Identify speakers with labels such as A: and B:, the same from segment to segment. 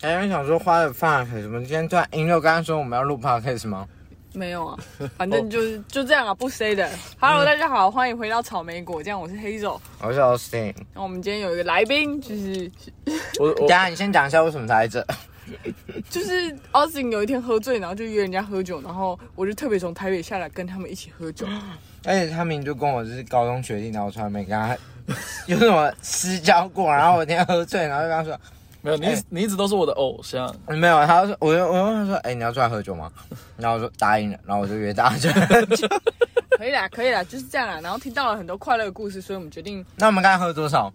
A: 哎想说花了发可以什么？今天突然音乐刚刚说我们要录 podcast 吗？
B: 没有啊， 反正就是、
A: 哦
B: 就这样啊，不 say 的。Hello，、大家
A: 嗯
B: 好，欢迎回到草莓果酱，我是黑手。
A: 我是 Austin。
B: 那我们今天有一个来宾，就是
C: 我
A: 等一
C: 我
A: 下你先讲一下为什么他在 这。
B: 就是 Austin 有一天喝醉，然后就约人家喝酒，然后我就特别从台北下来跟他们一起 喝酒。
A: 而且他明就跟我是高中学弟，然后我从来没跟他 有什么私交过。然后我今天喝醉，然后就跟他说嗯
C: 没有你一直，你一直都是我的偶像。
A: 没有。他就说，我就我就问他说，哎、你要出来喝酒吗？然后我说答应了，然后我就约大 家去喝酒。
B: 可以啦，可以啦，就是这样啦。然后听到了很多快乐的故事，所以我们决定，
A: 那我们刚才喝多少？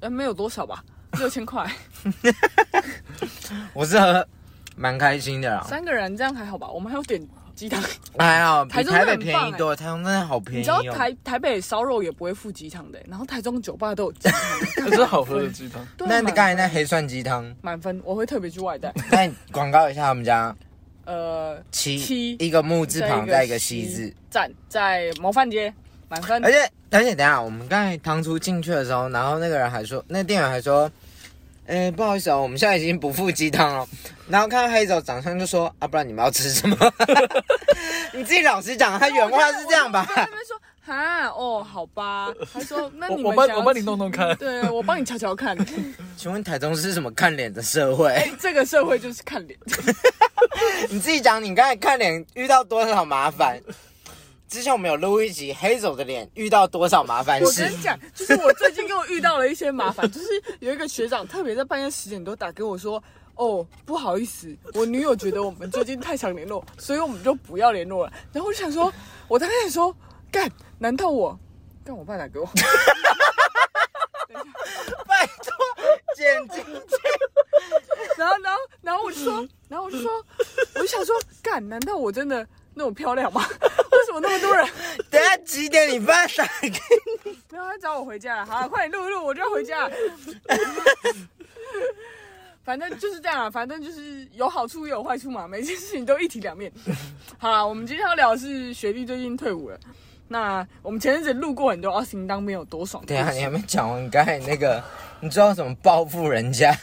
B: 呃，没有多少吧，六 千块，
A: 我是喝蛮开心的啦，
B: 三个人这样还好吧？我们还有点鸡汤，
A: 还好比
B: 台中
A: 台
B: 真的
A: 北
B: 很
A: 便宜
B: 棒欸
A: 多，台中真的好便
B: 你
A: 宜
B: 知道
A: 哦。
B: 台台北烧肉也不会附鸡汤的、然后台中酒吧都有鸡汤。
C: 可是好喝的鸡汤，
B: 对
A: 那你刚才那
B: 满分
A: 黑蒜鸡汤，
B: 满分，我会特别去外带。
A: 那你广告一下我们家。
B: 呃，
A: 七
B: 七
A: 一个木字旁
B: 在
A: 再一个哎西嗯字，
B: 站在模范街，满分
A: 而。且而且等一下我们刚才当初进去的时候，然后那个人还说，那店员还说，哎、不好意思哦，我们现在已经不付鸡汤了。然后看到黑手长相就说，啊，不然你们要吃什么？ 你自己老实讲，他原话是这样 吧
B: 我？在那边说，哈，哦，好 吧。他说，那你们
C: 我我帮
B: 想要
C: 我帮你
B: 吃
C: 弄弄看。
B: 对，我帮你瞧瞧看。
A: 请问台中是什么看脸的社会？
B: 哎，这个社会就是看脸。
A: 你自己讲，你刚才看脸遇到多少麻烦？之前我们有录一集黑手的脸遇到多少麻烦
B: 我
A: 事
B: 跟？你讲，就是我最近跟我遇到了一些麻烦，就是有一个学长特别在半夜十点多打给我说。哦，不好意思，我女友觉得我们最近太常联络， 所以我们就不要联络了。然后我就想说，我当时想说，干，难道我，干我爸打给我，
A: 拜 托，简直
B: 然后，然后，然后我就说，然后我就说，我就想说，干，难道我真的那么漂亮吗？ 为什么那么多人？
A: 等下几点你爸打给
B: 没有，他找我回家了。好了，快点录一录，我就要回家了。 反正就是这样啊，反正就是有好处也有坏处嘛，每件事情都一体两面。好了，我们今天要聊的是学弟最近退伍了。那我们前阵子路过很多阿行当兵有多爽的
A: 等一
B: 故
A: 下，
B: 事，
A: 啊你还没讲完，你刚才那个，你知道怎么报复人家？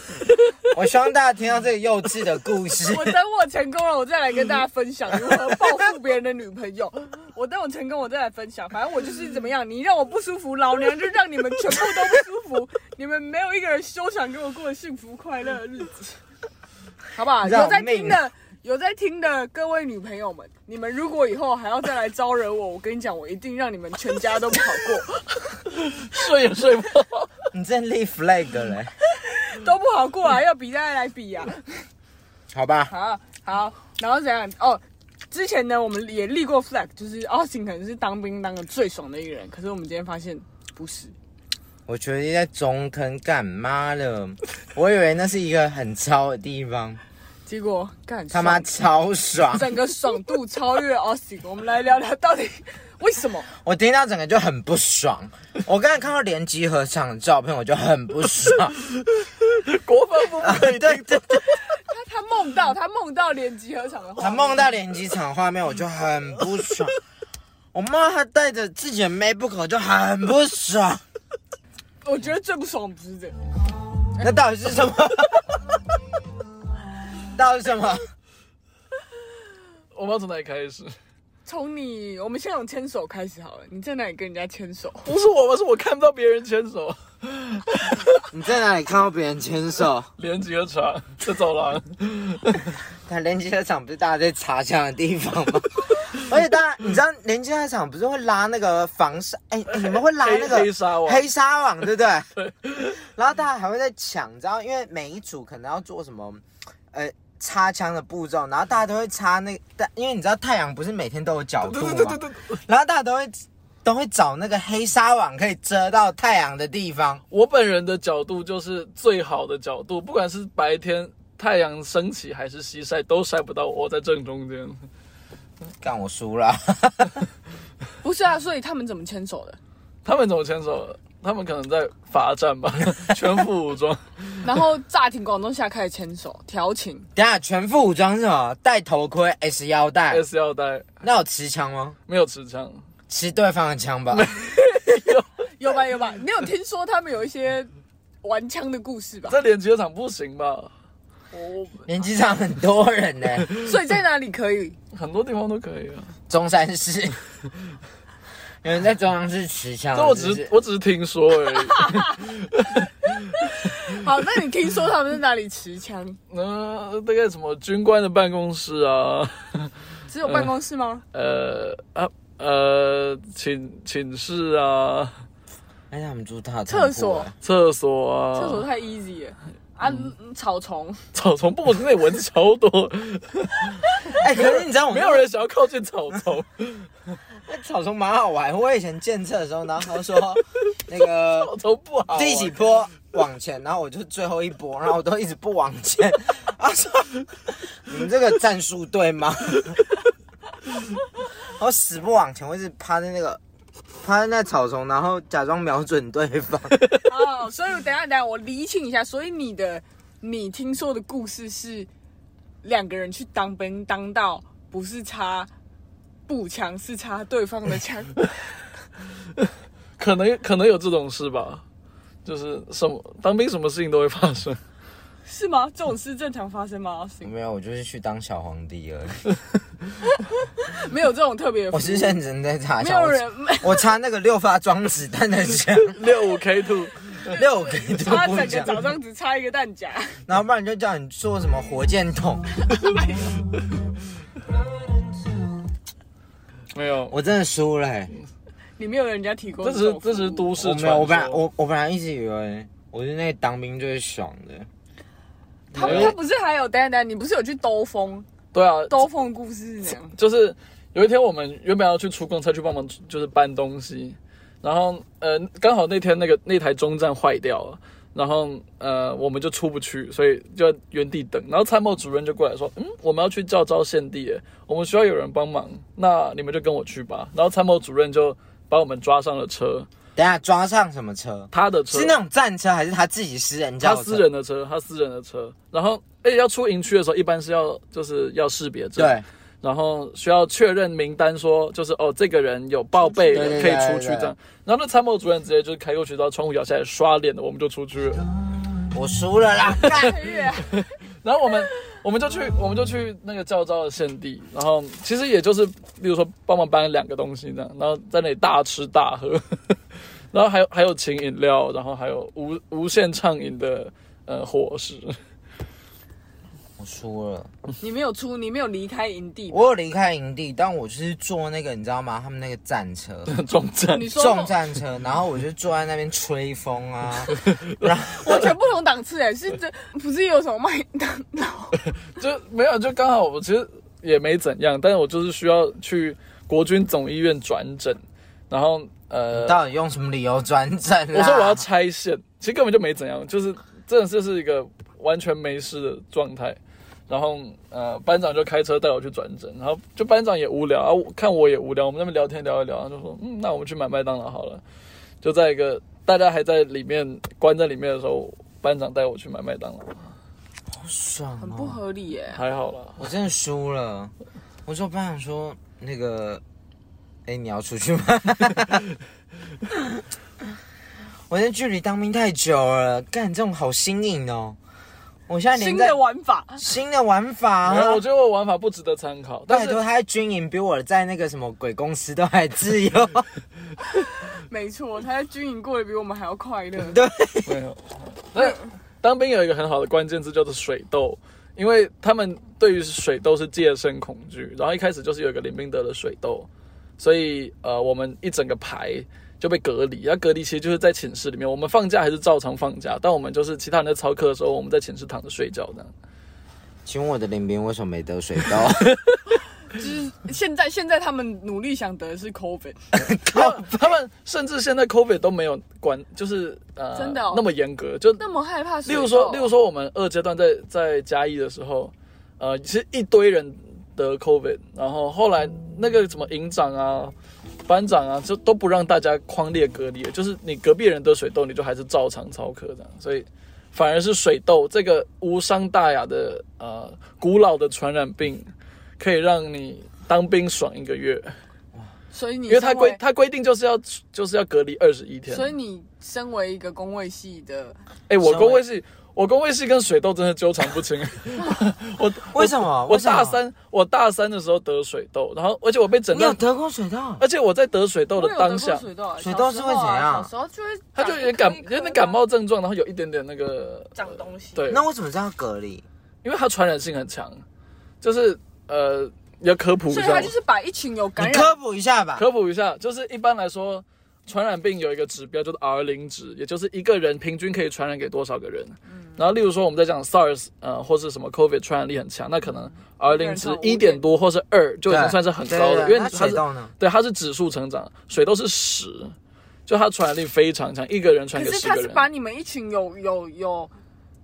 A: 我希望大家听到这个幼稚的故事。
B: 我等我成功了，我再来跟大家分享如何报复别人的女朋友。我等我成功，我再来分享。反正我就是怎么样，你让我不舒服，老娘就让你们全部都不舒服。你们没有一个人休想给我过幸福快乐的日子，好不好？
A: 你知道
B: 有在
A: 我妹
B: 听的，有在听的各位女朋友们，你们如果以后还要再来招惹我，我跟你讲，我一定让你们全家都不好过，
C: 睡也睡不好。
A: 你真立 flag 了欸，
B: 都不好过啊！要比大家来比啊！
A: 好吧？
B: 好好，然后怎样？哦，之前呢，我们也立过 flag，就是奥信可能是当兵当的最爽的一个人，可是我们今天发现不是。
A: 我决定在中坑干妈了，我以为那是一个很超的地方，
B: 结果干
A: 他妈
B: 爽
A: 超爽！
B: 整个爽度超越奥信。我们来聊聊到底为什么？
A: 我听到整个就很不爽。我刚才看到联机合唱的照片，我就很不爽。
C: 国防部不可 以
A: 对对对，
B: 他他梦到他梦到连集合场的 话，
A: 他梦到联机场画面，我就很不爽。我妈她带着自己的 MacBook 就很不爽，
B: 我觉得最不爽不是这个，
A: 那到底是什么？到底是什么？
C: 我们要从哪里开始？
B: 从你我们先从牵手开始好了。你在哪里跟人家牵手？
C: 不是我们，是我看不到别人牵手，
A: 你在哪里看到别人牵手？
C: 连几个床在走廊。
A: 那连接车场不是大家在查枪的地方吗？ 而且大家，你知道连接车场不是会拉那个防晒？哎、你们会拉那个
C: 黑黑纱网
A: 黑纱网对不 对？然后大家还会在抢，你知道，因为每一组可能要做什么，呃，插枪的步骤，然后大家都会插那个，但因为你知道太阳不是每天都有角度
C: 对
A: 吗？
C: 对对对对，
A: 然后大家都会都会找那个黑纱网可以遮到太阳的地方。
C: 我本人的角度就是最好的角度，不管是白天太阳升起还是西晒，都晒不到我，我在正中间。
A: 干，我输了。
B: 不是啊，所以他们怎么牵手的？
C: 他们怎么牵手的？他们可能在罚站 吧，全副武装。
B: 然后乍听广东下开始牵手调情，
A: 等一下全副武装是什么？戴头盔、S 腰带，
C: S 腰带，
A: 那有持枪吗？
C: 没有持枪，
A: 吃对方的枪吧。
B: 有吧有吧？你有听说他们有一些玩枪的故事吧？哦
C: 在连接场不行吧？我
A: 年纪上很多人呢、
B: 所以在哪里可以？
C: 很多地方都可以啊。
A: 中山市 有人在中山市持枪，
C: 这我
A: 是
C: 只
A: 不
C: 是
A: 是
C: 我只是听说而已。
B: 好，那你听说他们在哪里持枪？
C: 那、大概什么军官的办公室啊，
B: 只有办公室吗？
C: 呃啊呃寝寝室啊，
A: 哎，他们住大仓库
B: 厕所
A: 哎
C: 厕所啊，
B: 厕所太 easy 了
A: 呃
B: 啊！
A: 嗯
B: 草 丛，
C: 草丛不，那里蚊子 超多，
A: 哎，可是你知道我
C: 没有人想要靠近草 丛。
A: 那草丛蛮好玩。我以前建测的时候，然后他 说那个
C: 草丛不好、啊，
A: 第几波往前，然后我就最后一波，然后我都一直不往前。他说：“你们这个战术对 吗？”我死不往前，我一直趴在那个趴在那草丛，然后假装瞄准对方。
B: 哦，所以等一下等一下，我厘清一下，所以你的你听说的故事是两个人去当兵当到不是插步枪，是插对方的 枪，
C: 可能可能有这种事吧，就是什么当兵什么事情都会发生。
B: 是吗？这种事正常发生吗？行，
A: 没有，我就是去当小皇帝而已。
B: 没有这种特别的服
A: 我
B: 务，
A: 是认真在查
B: 没
A: 小，
B: 有人
A: 我插那个六发装子弹的 枪，
C: 六五 K two，
A: 六个都
B: 他
A: 不
B: 整个
A: 讲，
B: 早上只插一个弹夹，
A: 然后不然就叫你做什么火箭筒。
C: 没有，
A: 我真的输了、欸，
B: 你没有人家提供
C: 这
B: 种
C: 只
B: 服务，
C: 是这只是都市
A: 我没
C: 传
A: 有，我
C: 说。
A: 本来我我本来一直以为我是那个当兵最爽的。
B: 他
C: 没有
B: 他不是还有等一下等一下，你不是有去兜风？
C: 对啊，
B: 兜风的故事是怎样？
C: 就是有一天我们原本要去出公差去帮忙，就是搬东西，然后呃刚好那天那个那台中站坏掉了。然后呃，我们就出不去，所以就在原地等。然后参谋主任就过来说：“嗯，我们要去教招县地耶，我们需要有人帮忙，那你们就跟我去吧。”然后参谋主任就把我们抓上了车，
A: 等一下抓上什么车？
C: 他的车
A: 是那种战车还是他自己私人轿
C: 他
A: 车？
C: 私人的车，他私人的车。然后，而且要出营区的时候，一般是要就是要识别证，
A: 对，
C: 然后需要确认名单说，就是哦，这个人有报备
A: 对对
C: 可以
A: 对
C: 出去
A: 对对
C: 这样。然后那参谋主任直接就是开过去，然后窗户摇下来刷脸的，我们就出去了。
A: 我输了啦。 干
B: 月，啊
C: 然后我们我们就去我们就去那个教招的县地，然后其实也就是例如说帮忙搬两个东西这样，然后在那里大吃大喝， 然后还有还有请饮料，然后还有无无限畅饮的呃伙食。
A: 我输了，
B: 你没有出，你没有离开营地。
A: 我有离开营地，但我就是坐那个你知道吗？他们那个战车。
C: 中正
B: 你 说
A: 重战车，然后我就坐在那边吹风 啊，
B: 完全不同档次哎，是这不是有什么麦当劳？
C: 就没有，就刚好我其实也没怎样，但是我就是需要去国军总医院转诊，然后呃，
A: 到底用什么理由转正啊？
C: 我说我要拆线，其实根本就没怎样，就是真的就是一个完全没事的状态。然后呃，班长就开车带我去转诊，然后就班长也无聊啊，我看我也无聊，我们那边聊天聊一聊，他就说嗯，那我们去买麦当劳好了。就在一个大家还在里面关在里面的时候，班长带我去买麦当劳，
A: 爽、哦，
B: 很不合理耶。
C: 还好啦。
A: 我真的输了。我说班长说那个，哎、你要出去吗？ 我这距离当兵太久了，干这种好新颖哦。我现在
B: 新
A: 连在
B: 的玩法，
A: 新的玩法、
C: 没
A: 啊
C: 有，我，觉得我玩法不值得参考，但
A: 拜
C: 是
A: 托，他在军营比我在那个什么鬼公司都还自由。
B: 没错，他在军营过得比我们还要快乐。
A: 对，
C: 没有。但当兵有一个很好的关键字叫做水痘，因为他们对于水痘是戒慎恐惧，然后一开始就是有一个林兵得了水痘，所以呃，我们一整个排就被隔离。那啊隔离其实就是在寝室里面，我们放假还是照常放假，但我们就是其他人在操课的时候，我们在寝室躺着睡觉 这样。
A: 请问我的林兵为什么没得水痘？
B: 就是现在，现在他们努力想得的是 COVID，
C: 他们他们甚至现在 COVID 都没有管，就是呃，
B: 真的哦
C: 那么严格，就
B: 那么害怕水
C: 例
B: 痘。啊
C: 如说，例如说我们二阶段在在嘉义的时候，呃，其实一堆人得 COVID，然后后来那个什么营长啊、班长啊，就都不让大家框列隔离，就是你隔壁人得水痘，你就还是照常操课这样，所以反而是水痘这个无伤大雅的呃古老的传染病，可以让你当兵爽一个月。
B: 所以你
C: 因为它
B: 身为
C: 规它规定就是要就是要隔离二十一天。
B: 所以你身为一个工位系的，
C: 哎、我
A: 稍微
C: 工位系，我工位系跟水痘真的纠缠不清。我我
A: 为什么
C: 我
A: 啊为什么
C: 大三我大三的时候得水痘，然后而且我被诊
A: 你有
C: 断，
A: 得过水痘？
C: 而且我在得水痘
B: 我
C: 的
B: 有得
C: 当
B: 过
C: 下，
B: 水痘啊，
A: 水痘是会怎样
B: 小时候啊小时候就会
C: 它就有点感有点感冒症状，然后有一点点那个
B: 长东西。
C: 对，
A: 那为什么这样隔离？
C: 因为它传染性很强，就是呃要科普一
B: 所以
C: 下
B: 他，就是把一群有
A: 你
B: 感染
A: 科普一下吧。
C: 科普一下，就是一般来说。传染病有一个指标就是 R 零值，也就是一个人平均可以传染给多少个人。然后，例如说我们在讲 SARS，呃，或是什么 COVID 传染力很强，那可能 R 零值一点多或是二就已经算是很高
A: 对
C: 的，
A: 对对
C: 因为
A: 那
C: 它
A: 水
C: 是
A: 痘呢？
C: 对，它是指数成长，水都是十，就它传染力非常强，一个人传
B: 可
C: 给
B: 是
C: 十
B: 他
C: 个
B: 是
C: 人。
B: 把你们一群有有有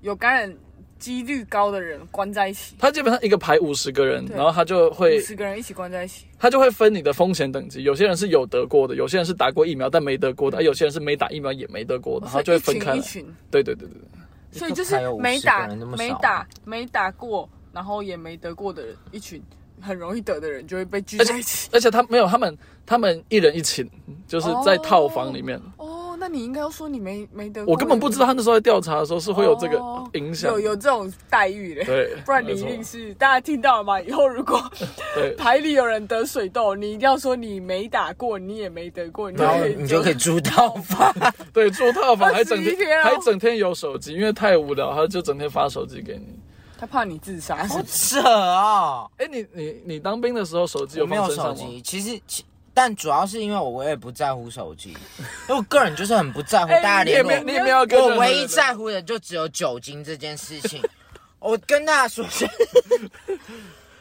B: 有感染几率高的人关在一起，
C: 它基本上一个排五十个人，
B: 对
C: 然后它就
B: 五
C: 会
B: 十个人一起关在一起。
C: 它就会分你的风险等级，有些人是有得过的，有些人是打过疫苗但没得过的，啊有些人是没打疫苗也没得过的，然后就会分开
B: 一群
C: 来。
B: 一群，
C: 对对对对对，
B: 所以就
A: 一
B: 是
A: 个排有
B: 没
A: 50
B: 打
A: 个人那么少啊
B: 没打没打过，然后也没得过的人，一群很容易得的人就会被聚在一起。
C: 而且他没有他们他们一人一寝，就是在套房里面。
B: 哦，那你应该要说你没没得过，
C: 我根本不知道他那时候在调查的时候是会有这个
B: 哦
C: 影响。
B: 有有这种待遇的。
C: 对，
B: 不然你
C: 没
B: 一
C: 错
B: 定是大家听到了吗？以后 如果
C: 对
B: 台里有人得水痘，你一定要说你没打过，你也没得过，你
A: 然后
B: 可以
A: 你就可以租到房。
C: 对住套房还整天
B: 21天哦
C: 还整天有手机，因为太无聊，他就整天发手机给你。
B: 他怕你自 杀，
A: 好扯哦！
C: 哎，你你你当兵的时候手机
A: 我
C: 有
A: 没
C: 放
A: 有
C: 身
A: 手
C: 上吗
A: 机，？其实其但主要是因为我我也不在乎手机，因为我个人就是很不在乎
B: 哎
A: 大家
C: 你也
A: 联络。
C: 没有你也没有跟
A: 我
C: 任何
A: 唯
C: 人
A: 一在乎的就只有酒精这件事情。 我跟大家说，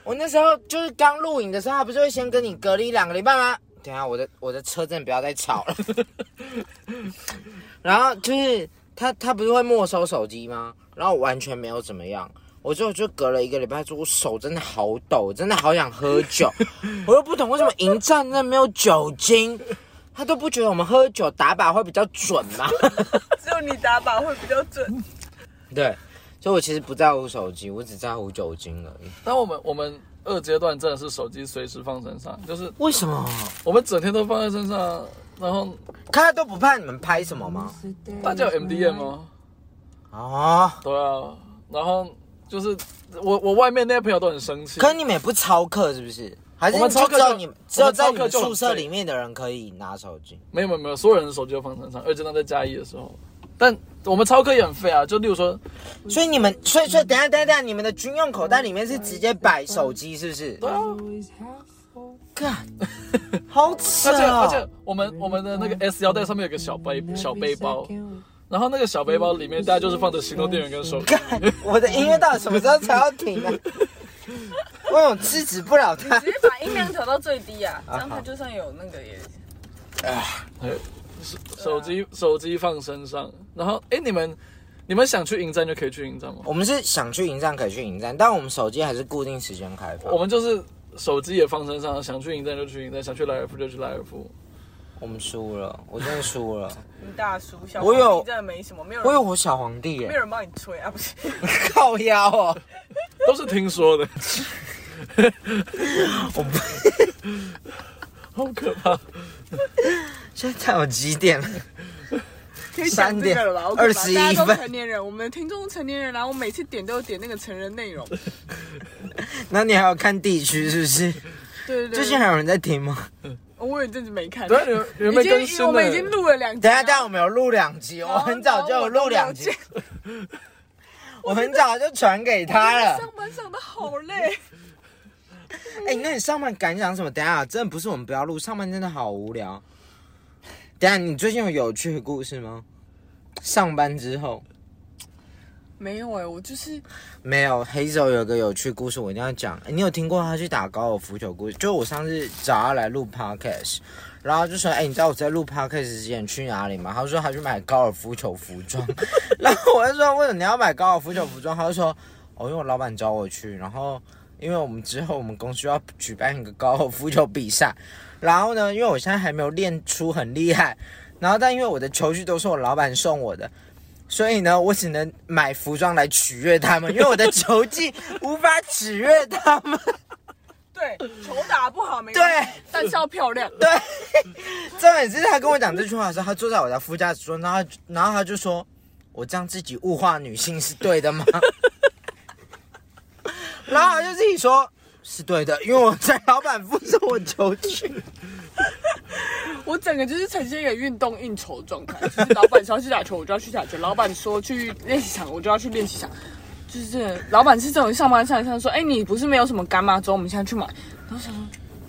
A: 我那时候就是刚录影的时候，他不是会先跟你隔离两个礼拜吗？等一下，我的我的车真的不要再吵了。 然后就是他他不是会没收手机吗？然后我完全没有怎么样，我就就隔了一个礼拜之后，我手真的好抖，真的好想喝 酒，我又不懂为什么迎战那没有酒精。他都不觉得我们喝酒打靶会比较准吗？
B: 只有你打靶会比较准。
A: 对，所以我其实不在乎手机，我只在乎酒精而已。
C: 但我们我们二阶段真的是手机随时放身上，就是
A: 为什么？
C: 我们整天都放在身上，然后
A: 他都不怕你们拍什么吗？
C: 嗯大家有
B: 啊
C: MDM 吗？
A: 哦，
C: 对啊，然后就是我我外面那些朋友都很生气，
A: 可是你们也不操课是不是？还是
C: 我们
A: 就
C: 操
A: 只
C: 课
A: 有
C: 就
A: 你们只有在你
C: 我
A: 们
C: 们操课就
A: 宿
C: 很
A: 舍
C: 废
A: 里面的人可以拿手机？
C: 没有没有没有，所有人的手机都放身上，而且那在加一的时候，但我们超课也很废啊，就例如说
A: 所以你们，所以所以等一下等一下等一下，你们的军用口袋里面是直接摆手机是不是？
C: 对啊，
A: 干，好扯
C: 而且而且
A: 哦！
C: 我们我们的那个
B: 嗯
C: S 腰带上面有个小背小背包，然后那个小背包里面大家就是放着行动电源跟手
B: 嗯
C: 机。
A: 干，我的音乐到底什么时候才要停呢、我有制止不了他。
B: 直接把音量调到最低啊，这样他就算有那个也。
C: 对，手手机手机放身上，然后哎，你们你们想去迎战就可以去迎战吗？
A: 我们是想去迎战可以去迎战，但我们手机还是固定时间开放。
C: 我们就是手机也放身上，想去迎战就去迎战，想去莱尔夫就去莱尔夫。
A: 我们输了，我真的输了。
B: 你大叔，小
A: 我有
B: 弟真的没什么，没有
A: 我
B: 人
A: 有我小皇帝
B: 没
A: 耶，
B: 有人帮你吹啊，不是？
A: 靠腰哦。
C: 都是听说的。我 好可怕！
A: 现在有几点了？
B: 可以讲这个了吧？
A: 3
B: 我
A: 点
B: 可以把大家
A: 21
B: 都
A: 分
B: 成年人，我们的听众都成年人啦，我每次点都有点那个成人内容。
A: 那你还要看地区是不是？
B: 对对对，
A: 最近还有人在听吗？
B: 我有一阵子没看。
C: 对啊，你们你们没更
B: 已经
C: 新
B: 我们已经
C: 的。
B: 录了两集
A: 等
B: 了，
A: 一下，等一下，我们有录两集，
B: 然
A: 我
B: 后
A: 很早就有录两集
B: 然，
A: 我很早就传给他了。
B: 上班上的好累，
A: 哎、那你上班感想什么？等一下，真的不是我们不要录，上班真的好无聊。等一下，你最近有有趣的故事吗？上班之后
B: 没有哎、我就是
A: 没有。黑手有个有趣故事，我一定要讲。哎你有听过他去打高尔夫球故事？就我上次找他来录 podcast，然后就说：“哎、你知道我在录 podcast 之前去哪里吗？”他说他去买高尔夫球服装， 然后我就说：“为什么你要买高尔夫球服装？”他就说：“哦，因为我老板找我去，然后因为我们之后我们公司要举办一个高尔夫球比赛，然后呢，因为我现在还没有练出很厉害，然后但因为我的球具都是我老板送我的。”所以呢，我只能买服装来取悦他们，因为我的球技无法取悦他们。
B: 对对，球打不好没
A: 对
B: 关系，但是要漂亮。对，
A: 重点是他跟我讲这句话的时候，他坐在我的副驾驶座，然后他就然后他就说：“我这样自己物化女性是对的吗？”然后他就自己说：“是对的，因为我在老板附送我球去。
B: 我整个就是呈现一个运动应酬的状态，就是老板说要去打球，我就要去打球；老板说去练习场，我就要去练习场。就是这种老板是这种上班上一上说，哎、你不是没有什么干妈粥，我们现在去买。然后想说，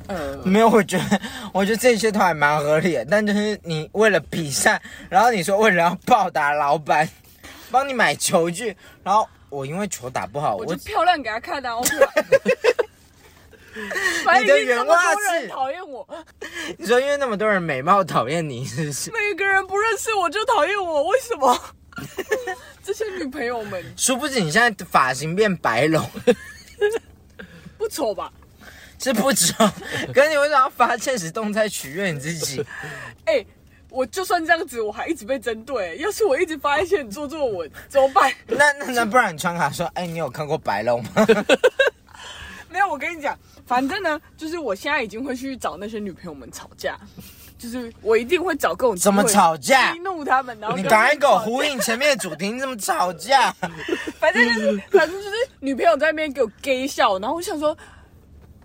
B: 呃”，
A: 没有，我觉得我觉得这些都还蛮合理的，但就是你为了比赛，然后你说为了要报答老板， 帮你买球具，然后我因为球打不好，
B: 我
A: 我
B: 就漂亮给他看啊，我就哎反正已
A: 你的
B: 经这
A: 原
B: 么
A: 话
B: 多人
A: 是
B: 讨厌我，
A: 你说因为那么多人美貌讨厌你，是不是？
B: 每个人不认识我就讨厌我，为什么？ 这些女朋友们
A: 殊不知你现在发型变白龙。
B: 不丑吧？
A: 是不丑，可是你为什么要发现实动态取悦你自己？
B: 哎、我就算这样子，我还一直被针对。要是我一直发一些很做作文，怎么 办？
A: 那那那不然你穿卡说，哎、你有看过白龙吗？
B: 没有，我跟你讲，反正呢，就是我现在已经会去找那些女朋友们吵架，就是我一定会找各种
A: 怎么
B: 机会
A: 吵架
B: 激怒他们，然后
A: 你
B: 跟
A: 赶快
B: 他们
A: 给我
B: 吵
A: 呼应前面的主题，你怎么吵 架？
B: 反正就是，反正就是女朋友在那边给我 gay 笑，然后我想说，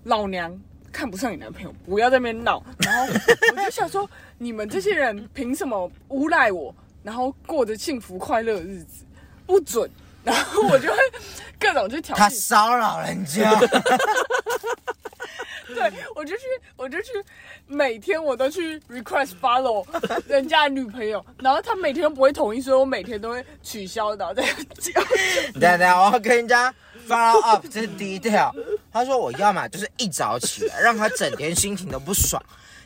B: 老娘看不上你男朋友，不要在那边闹。然后我就想说，你们这些人凭什么诬赖我，然后过着幸福快乐的日子？不准！然后我就会各种去挑
A: 他
B: 衅，
A: 骚扰人家，
B: 对我就去，我就去，每天我都去 request follow 人家的女朋友，然后他每天都不会同意，所以我每天都会取消的。对，
A: 等等，我要跟人家 follow up，这是第一条。他说我要嘛就是一早起来，让他整天心情都不爽；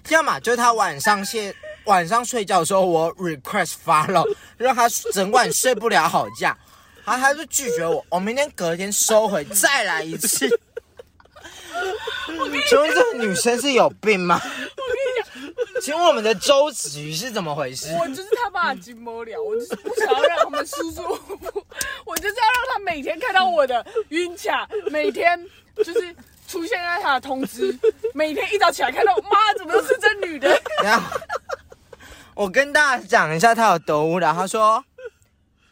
A: 要么就是他晚上卸晚上睡觉的时候，我 request follow，让他整晚睡不了好觉。然后他就拒绝我，我明天隔天收回再来一次。 请问这个女生是有病吗？请问我们的周子瑜是怎么回事？
B: 我就是他妈的金毛鸟，我就是不想要让他们舒舒服服，我就是要让他每天看到我的晕卡，每天就是出现在他的通知，每天一早起来看到，妈怎么都是这女的？
A: 然后我跟大家讲一下他有多无聊。他说，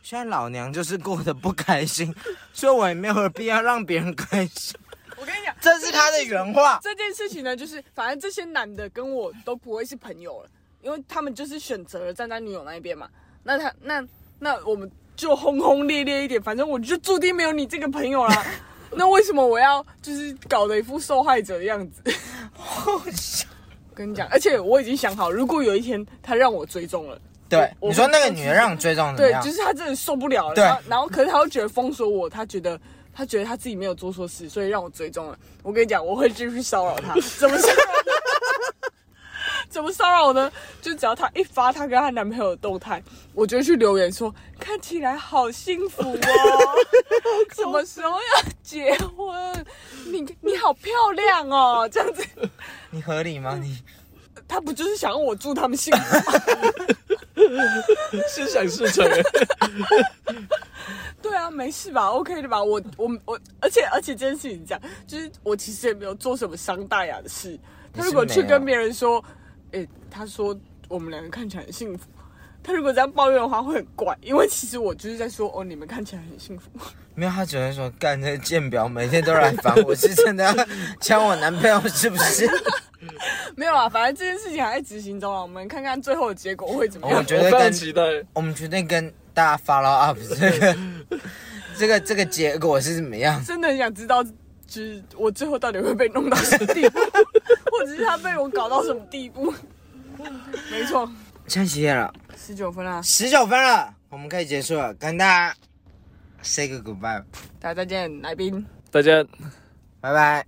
A: 现在老娘就是过得不开心，所以我也没有必要让别人开心。
B: 我跟你讲，
A: 这是他的原话。
B: 这件事情呢，就是反正这些男的跟我都不会是朋友了，因为他们就是选择了站在女友那一边嘛。那他那那我们就轰轰烈烈一点，反正我就注定没有你这个朋友啦。那为什么我要就是搞得一副受害者的样子？跟你讲，而且我已经想好，如果有一天他让我追踪了，
A: 对，
B: 我
A: 你说那个女的让你追踪怎么
B: 对，
A: 样
B: 就？是他真的受不了了。
A: 对
B: 然后，然后可是他又觉得封锁我，他觉得他觉得他自己没有做错事，所以让我追踪了。我跟你讲，我会继续骚扰 他，怎么骚扰 呢？怎么骚扰呢？就只要她一发她跟她男朋友的动态，我就会去留言说看起来好幸福 哦，什么时候要结婚？你你好漂亮哦，这样子，
A: 你合理吗？你
B: 他不就是想让我祝他们幸福吗？
C: 心想事成。
B: 对啊，没事吧？OK 的吧？我我我，而且而且这件事情讲，就是我其实也没有做什么伤大雅的事。他如果去跟别人说，诶、他说我们两个看起来很幸福，他如果这样抱怨的话会很怪，因为其实我就是在说，哦，你们看起来很幸福。
A: 没有，他只会说干这个贱婊，每天都来烦我，是真的要抢我男朋友是不是？
B: 没有啊，反正这件事情还在执行中啊，我们看看最后的结果会怎么
A: 哦我
B: 样。
A: 觉
C: 我
A: 得
C: 非常
A: 跟
C: 期待。
A: 我们决定跟大家 follow up 这个这个这个结果是怎么样？
B: 真的很想知道，就是我最后到底会被弄到什么地步， 或者是他被我搞到什么地步。没错，
A: 现在几点了？
B: 十九分啦、啊
A: 十九分了，我们可以结束了，跟大家 say 个 goodbye，
B: 大家再见，来宾。
C: 大家
A: 拜拜。